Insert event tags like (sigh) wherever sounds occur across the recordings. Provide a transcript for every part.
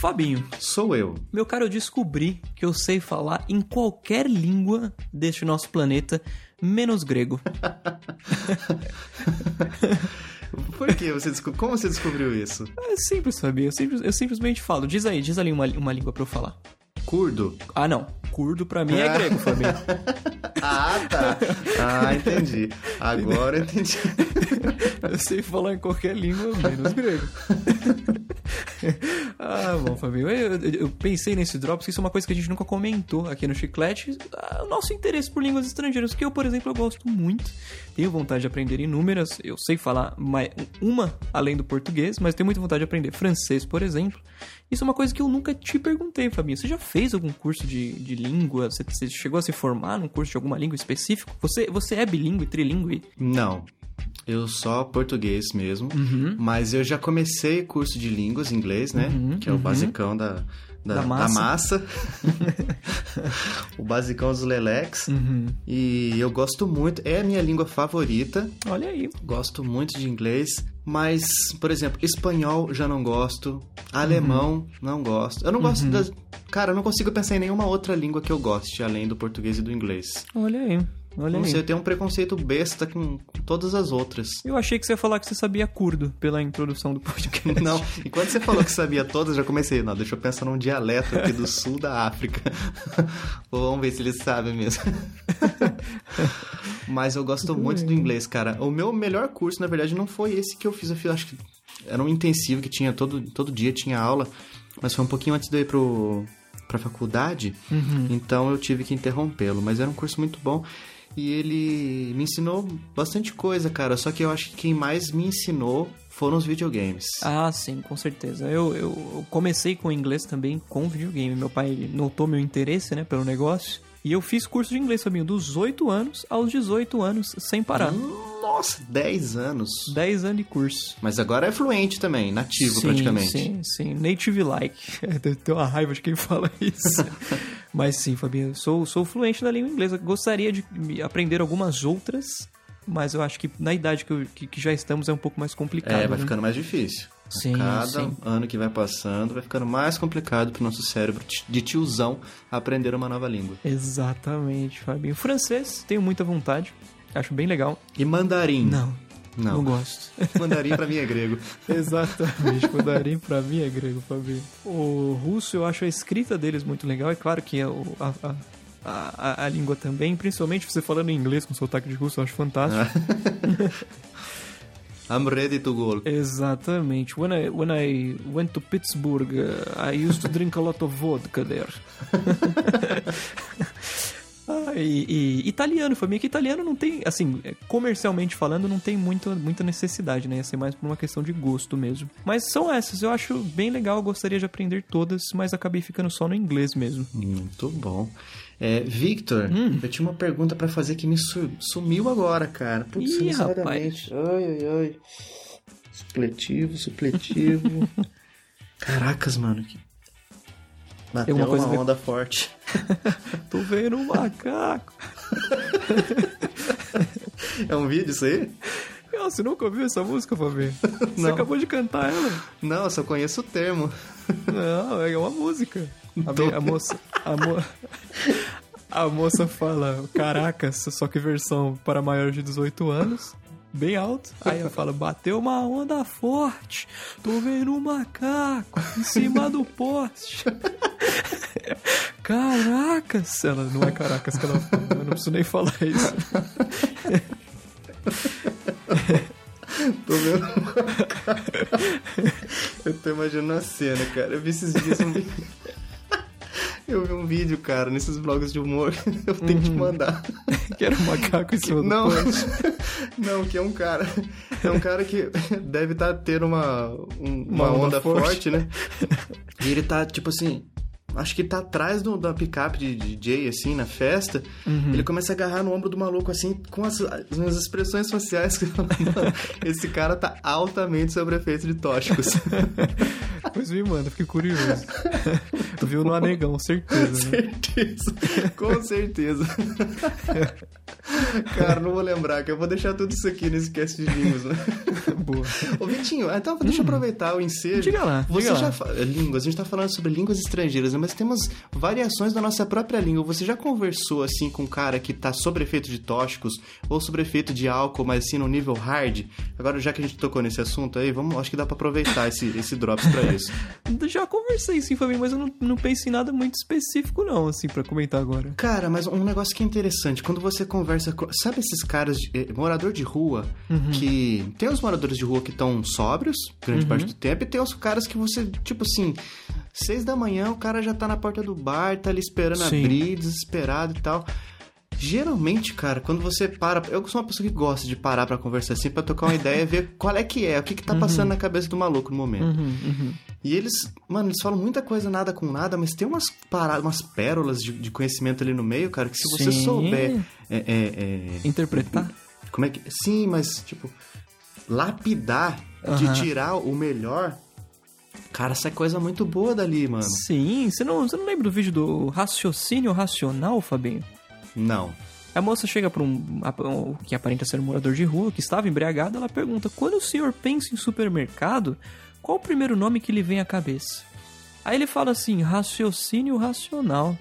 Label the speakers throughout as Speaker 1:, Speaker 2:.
Speaker 1: Fabinho,
Speaker 2: Sou eu.
Speaker 1: meu cara, eu descobri que eu sei falar em qualquer língua deste nosso planeta, menos grego.
Speaker 2: Por que você descobriu? Como você descobriu isso?
Speaker 1: É simples, Fabinho, eu, simples- eu simplesmente falo. Diz aí, diz ali uma, uma língua pra eu falar.
Speaker 2: Curdo?
Speaker 1: Ah, não. Curdo pra mim é
Speaker 2: Ah.
Speaker 1: grego, (laughs) Fabinho.
Speaker 2: Ah, tá. Ah, entendi. Agora eu entendi.
Speaker 1: Eu sei falar em qualquer língua, menos grego. ah, bom, Fabinho, eu, eu- eu pensei nesse Drops, que isso é uma coisa que a gente nunca comentou aqui no Chiclete, ah, o nosso interesse por línguas estrangeiras, que eu, por exemplo, eu gosto muito, tenho vontade de aprender inúmeras, eu sei falar mais, uma além do português, mas tenho muita vontade de aprender francês, por exemplo. Isso é uma coisa que eu nunca te perguntei, Fabinho, você já fez algum curso de, de língua? Você, você chegou a se formar num curso de alguma língua específica? Você, você é bilíngue, trilingue?
Speaker 2: Não. Eu só português mesmo. Mas eu já comecei curso de línguas, inglês, né?
Speaker 1: Uhum,
Speaker 2: que é o
Speaker 1: uhum.
Speaker 2: basicão da,
Speaker 1: Da
Speaker 2: da, da massa. o basicão dos lelex.
Speaker 1: Uhum.
Speaker 2: E eu gosto muito. É a minha língua favorita.
Speaker 1: Olha aí.
Speaker 2: Gosto muito de inglês, mas, por exemplo, espanhol já não gosto, alemão não gosto. Eu não gosto
Speaker 1: Uhum.
Speaker 2: das. Cara, eu não consigo pensar em nenhuma outra língua que eu goste, além do português e do inglês.
Speaker 1: Olha aí, olha
Speaker 2: não
Speaker 1: aí.
Speaker 2: sei, eu tenho um preconceito besta com, com todas as outras.
Speaker 1: Eu achei que você ia falar que você sabia curdo pela introdução do podcast.
Speaker 2: (laughs) Não, enquanto você falou que sabia todas, eu já comecei. Não, deixa eu pensar num dialeto aqui do sul da África. (laughs) Vamos ver se eles sabem mesmo. (laughs) Mas eu gosto muito do inglês, cara. O meu melhor curso, na verdade, não foi esse que eu fiz. Eu fiz, acho que era um intensivo que tinha todo, todo dia, tinha aula. Mas foi um pouquinho antes de eu ir pro, pra faculdade. Então eu tive que interrompê-lo. Mas era um curso muito bom. E ele me ensinou bastante coisa, cara. Só que eu acho que quem mais me ensinou foram os videogames.
Speaker 1: Ah, sim, com certeza. Eu, eu eu comecei com inglês também com videogame. Meu pai ele notou meu interesse, né, pelo negócio. E eu fiz curso de inglês, Fabinho, dos 8 anos aos 18 anos, sem parar.
Speaker 2: Ah, Nossa, 10 anos.
Speaker 1: 10 anos de curso.
Speaker 2: Mas agora é fluente também, nativo
Speaker 1: sim,
Speaker 2: praticamente.
Speaker 1: Sim, sim. Native (laughs) like. Deve ter uma raiva de quem fala
Speaker 2: (laughs)
Speaker 1: isso. Mas sim, Fabinho, eu sou, sou fluente da língua inglesa. Gostaria de me aprender algumas outras, mas eu acho que na idade que, eu- que- que já estamos é um pouco mais complicado.
Speaker 2: É, vai
Speaker 1: né?
Speaker 2: ficando mais difícil.
Speaker 1: Sim,
Speaker 2: Cada
Speaker 1: sim.
Speaker 2: ano que vai passando, vai ficando mais complicado pro nosso cérebro ti- de tiozão aprender uma nova língua.
Speaker 1: Exatamente, Fabinho. Francês, tenho muita vontade. Acho bem legal.
Speaker 2: E mandarim?
Speaker 1: Não, não,
Speaker 2: Não.
Speaker 1: gosto.
Speaker 2: mandarim pra mim é grego.
Speaker 1: (laughs) Exatamente, mandarim pra mim é grego, Fabinho. O russo, eu acho a escrita deles muito legal, é claro que é o- a, a, a, a língua também, principalmente você falando em inglês com sotaque de russo, eu acho fantástico.
Speaker 2: I'm ready to go.
Speaker 1: Exatamente. When I, when I went to Pittsburgh, uh, I used to drink a lot of vodka there. (laughs) Ah, e, e italiano, família, que italiano não tem, assim, eh, comercialmente falando, não tem muito, muita necessidade, né? Ia ser mais por uma questão de gosto mesmo. Mas são essas, eu acho bem legal, eu gostaria de aprender todas, mas acabei ficando só no inglês mesmo.
Speaker 2: Muito bom. É, Victor,
Speaker 1: Hum.
Speaker 2: eu tinha uma pergunta pra fazer que me su- sumiu agora, cara. Putz,
Speaker 1: Ih, rapaz.
Speaker 2: sinceramente. Ai, ai, ai.
Speaker 1: (laughs)
Speaker 2: Supletivo, supletivo. Caracas, mano. Que... Bateu
Speaker 1: uma
Speaker 2: uma,
Speaker 1: coisa que-
Speaker 2: onda forte. (laughs)
Speaker 1: Tô vendo um macaco.
Speaker 2: É um vídeo isso aí?
Speaker 1: Nossa, você nunca ouviu essa música, Fabinho? Você
Speaker 2: Não.
Speaker 1: acabou de cantar ela.
Speaker 2: Não, eu só conheço o termo.
Speaker 1: Não, é uma música. A,
Speaker 2: Tô-
Speaker 1: me- a moça. A, mo- a moça fala, caracas, só que versão para maiores de 18 anos. Bem alto. Aí ela fala, bateu uma onda forte. Tô vendo um macaco em cima do poste. Caracas! Ela não é caracas que ela fala, eu não preciso nem falar isso.
Speaker 2: Tô vendo. (laughs) eu tô imaginando a cena, cara. Eu vi (laughs) esses dias um vídeo. Eu vi um vídeo, cara, nesses blogs de humor. (laughs) Eu tenho que
Speaker 1: Uhum.
Speaker 2: te mandar.
Speaker 1: Que era um macaco em cima do
Speaker 2: Não,
Speaker 1: poste.
Speaker 2: (laughs) não, que é um cara. É um cara que (laughs) deve estar tendo uma, um- uma, onda, forte, (laughs) né? E ele tá, tipo assim. Acho que tá atrás do, da picape de DJ, assim, na festa. Ele começa a agarrar no ombro do maluco, assim, com as, as minhas expressões faciais. Que eu falo, "Mano, esse cara tá altamente sobre efeito de (laughs) tóxicos.
Speaker 1: Pois me manda, fiquei
Speaker 2: (laughs)
Speaker 1: curioso. Viu no anegão, certeza, né?
Speaker 2: certeza. Com certeza. (laughs) Cara, não vou lembrar, que eu vou deixar tudo isso aqui nesse cast de línguas, né?
Speaker 1: Boa.
Speaker 2: Ô, Vitinho, então deixa eu aproveitar o ensejo.
Speaker 1: Hum. Diga lá,
Speaker 2: Você
Speaker 1: diga
Speaker 2: já
Speaker 1: lá.
Speaker 2: fa- Línguas, a gente tá falando sobre línguas estrangeiras, né? mas temos variações da nossa própria língua. Você já conversou, assim, com um cara que tá sobre efeito de tóxicos ou sobre efeito de álcool, mas assim, no nível hard? Agora, já que a gente tocou nesse assunto aí, vamos, acho que dá pra aproveitar esse, esse drops pra
Speaker 1: (laughs)
Speaker 2: isso.
Speaker 1: Já conversei sim, Fabinho, mas eu não, não pensei em nada muito específico, não, assim, pra comentar agora.
Speaker 2: Cara, mas um negócio que é interessante, quando você conversa com. Sabe esses caras, de, eh, morador de rua, que. Tem os moradores de rua que estão sóbrios, grande
Speaker 1: Uhum.
Speaker 2: parte do tempo, e tem os caras que você, tipo assim, seis da manhã o cara já tá na porta do bar, tá ali esperando
Speaker 1: Sim.
Speaker 2: abrir, desesperado e tal. Geralmente, cara, quando você para. Eu sou uma pessoa que gosta de parar pra conversar assim, pra
Speaker 1: (laughs)
Speaker 2: tocar uma ideia e ver qual é que é, o que que tá
Speaker 1: Uhum.
Speaker 2: passando na cabeça do maluco no momento. E eles, mano, eles falam muita coisa nada com nada, mas tem umas paradas, umas pérolas de, de conhecimento ali no meio, cara, que se você
Speaker 1: Sim.
Speaker 2: souber. é, é,
Speaker 1: Interpretar?
Speaker 2: é, como é que. Sim, mas, tipo, lapidar,
Speaker 1: Aham.
Speaker 2: de tirar o melhor. Cara, essa coisa muito boa dali, mano.
Speaker 1: Sim, você não, você não lembra do vídeo do raciocínio racional, Fabinho?
Speaker 2: Não.
Speaker 1: A moça chega pra um, a- um- que aparenta ser um morador de rua, que estava embriagado, ela pergunta: Quando o senhor pensa em supermercado, qual o primeiro nome que lhe vem à cabeça? Aí ele fala assim: raciocínio racional.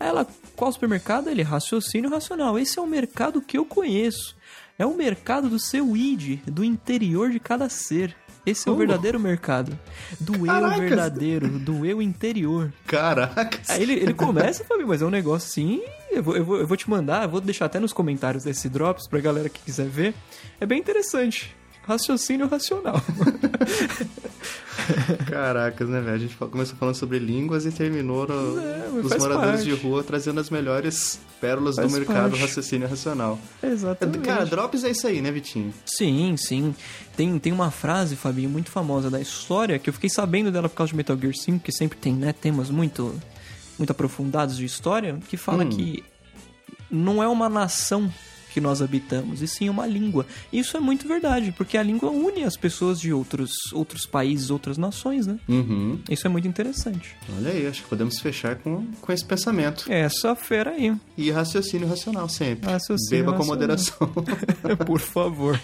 Speaker 1: Aí ela, qual supermercado? Ele, raciocínio racional. Esse é o mercado que eu conheço. É o mercado do seu id, do interior de cada ser. Esse é o
Speaker 2: Oh.
Speaker 1: verdadeiro mercado. Do
Speaker 2: Caracas.
Speaker 1: eu verdadeiro, do eu interior.
Speaker 2: Caraca. (laughs)
Speaker 1: Aí ele, ele começa, Fabinho, mas é um negócio assim. Eu vou, eu, vou, eu vou te mandar, eu vou deixar até nos comentários desse Drops pra galera que quiser ver. É bem interessante. Raciocínio racional. (laughs)
Speaker 2: Caracas, né, velho? A gente fa- começou falando sobre línguas e terminou no-
Speaker 1: É, mas
Speaker 2: os
Speaker 1: faz parte.
Speaker 2: moradores de rua trazendo as melhores pérolas
Speaker 1: Faz
Speaker 2: do mercado
Speaker 1: parte.
Speaker 2: raciocínio racional.
Speaker 1: Exatamente.
Speaker 2: Cara, drops é isso aí, né, Vitinho?
Speaker 1: Sim, sim. Tem, tem uma frase, Fabinho, muito famosa da história, que eu fiquei sabendo dela por causa de Metal Gear 5, que sempre tem, né, temas muito, muito aprofundados de história, que fala que não é uma nação que nós habitamos, e sim uma língua. Isso é muito verdade, porque a língua une as pessoas de outros, outros países, outras nações, né?
Speaker 2: Uhum.
Speaker 1: Isso é muito interessante.
Speaker 2: Olha aí, acho que podemos fechar com, com esse pensamento.
Speaker 1: Essa fera aí.
Speaker 2: E raciocínio racional sempre.
Speaker 1: Raciocínio (laughs)
Speaker 2: Beba com
Speaker 1: racional.
Speaker 2: moderação.
Speaker 1: Por favor.